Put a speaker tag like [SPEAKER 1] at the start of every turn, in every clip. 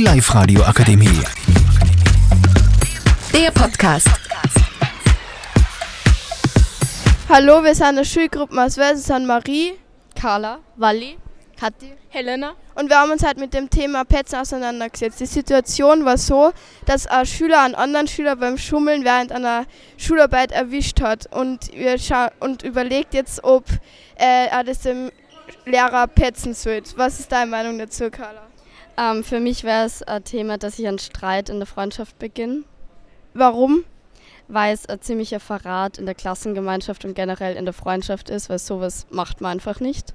[SPEAKER 1] Live Radio Akademie.
[SPEAKER 2] Der Podcast.
[SPEAKER 3] Hallo, wir sind eine Schulgruppe aus Wesen, sind Marie,
[SPEAKER 4] Carla,
[SPEAKER 3] Walli, Kathi
[SPEAKER 4] Helena.
[SPEAKER 3] und wir haben uns halt mit dem Thema Petzen auseinandergesetzt. Die Situation war so, dass ein Schüler einen anderen Schüler beim Schummeln während einer Schularbeit erwischt hat und, wir scha- und überlegt jetzt, ob äh, er das dem Lehrer petzen sollte. Was ist deine Meinung dazu, Carla?
[SPEAKER 4] Ähm, für mich wäre es ein Thema, dass ich einen Streit in der Freundschaft beginne,
[SPEAKER 3] Warum?
[SPEAKER 4] weil es ein ziemlicher Verrat in der Klassengemeinschaft und generell in der Freundschaft ist, weil sowas macht man einfach nicht.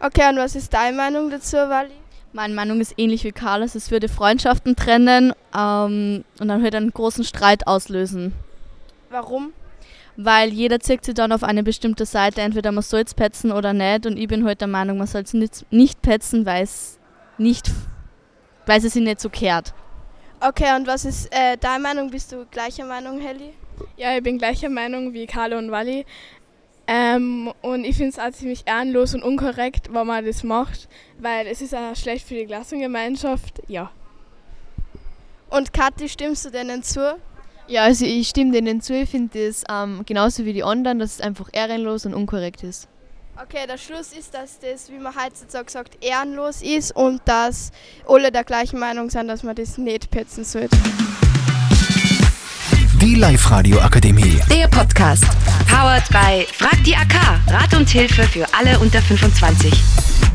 [SPEAKER 3] Okay, und was ist deine Meinung dazu, Walli?
[SPEAKER 5] Meine Meinung ist ähnlich wie Carlos, es würde Freundschaften trennen ähm, und dann würde einen großen Streit auslösen.
[SPEAKER 3] Warum?
[SPEAKER 5] Weil jeder zirkt sich dann auf eine bestimmte Seite, entweder man soll es petzen oder nicht. Und ich bin heute der Meinung, man soll es nicht, nicht petzen, weil es nicht, weil es sich nicht so kehrt.
[SPEAKER 3] Okay, und was ist äh, deine Meinung? Bist du gleicher Meinung, Helly?
[SPEAKER 6] Ja, ich bin gleicher Meinung wie Carlo und Wally. Ähm, und ich finde es auch ziemlich ehrenlos und unkorrekt, wenn man das macht, weil es ist auch schlecht für die Klassengemeinschaft. Ja.
[SPEAKER 3] Und Kathi, stimmst du denen zu?
[SPEAKER 7] Ja, also ich stimme denen zu. Ich finde das ähm, genauso wie die anderen, dass es einfach ehrenlos und unkorrekt ist.
[SPEAKER 3] Okay, der Schluss ist, dass das, wie man heutzutage sagt, ehrenlos ist und dass alle der gleichen Meinung sind, dass man das nicht petzen sollte.
[SPEAKER 1] Die Live Radio Akademie.
[SPEAKER 2] Der Podcast.
[SPEAKER 8] Powered by Frag die AK. Rat und Hilfe für alle unter 25.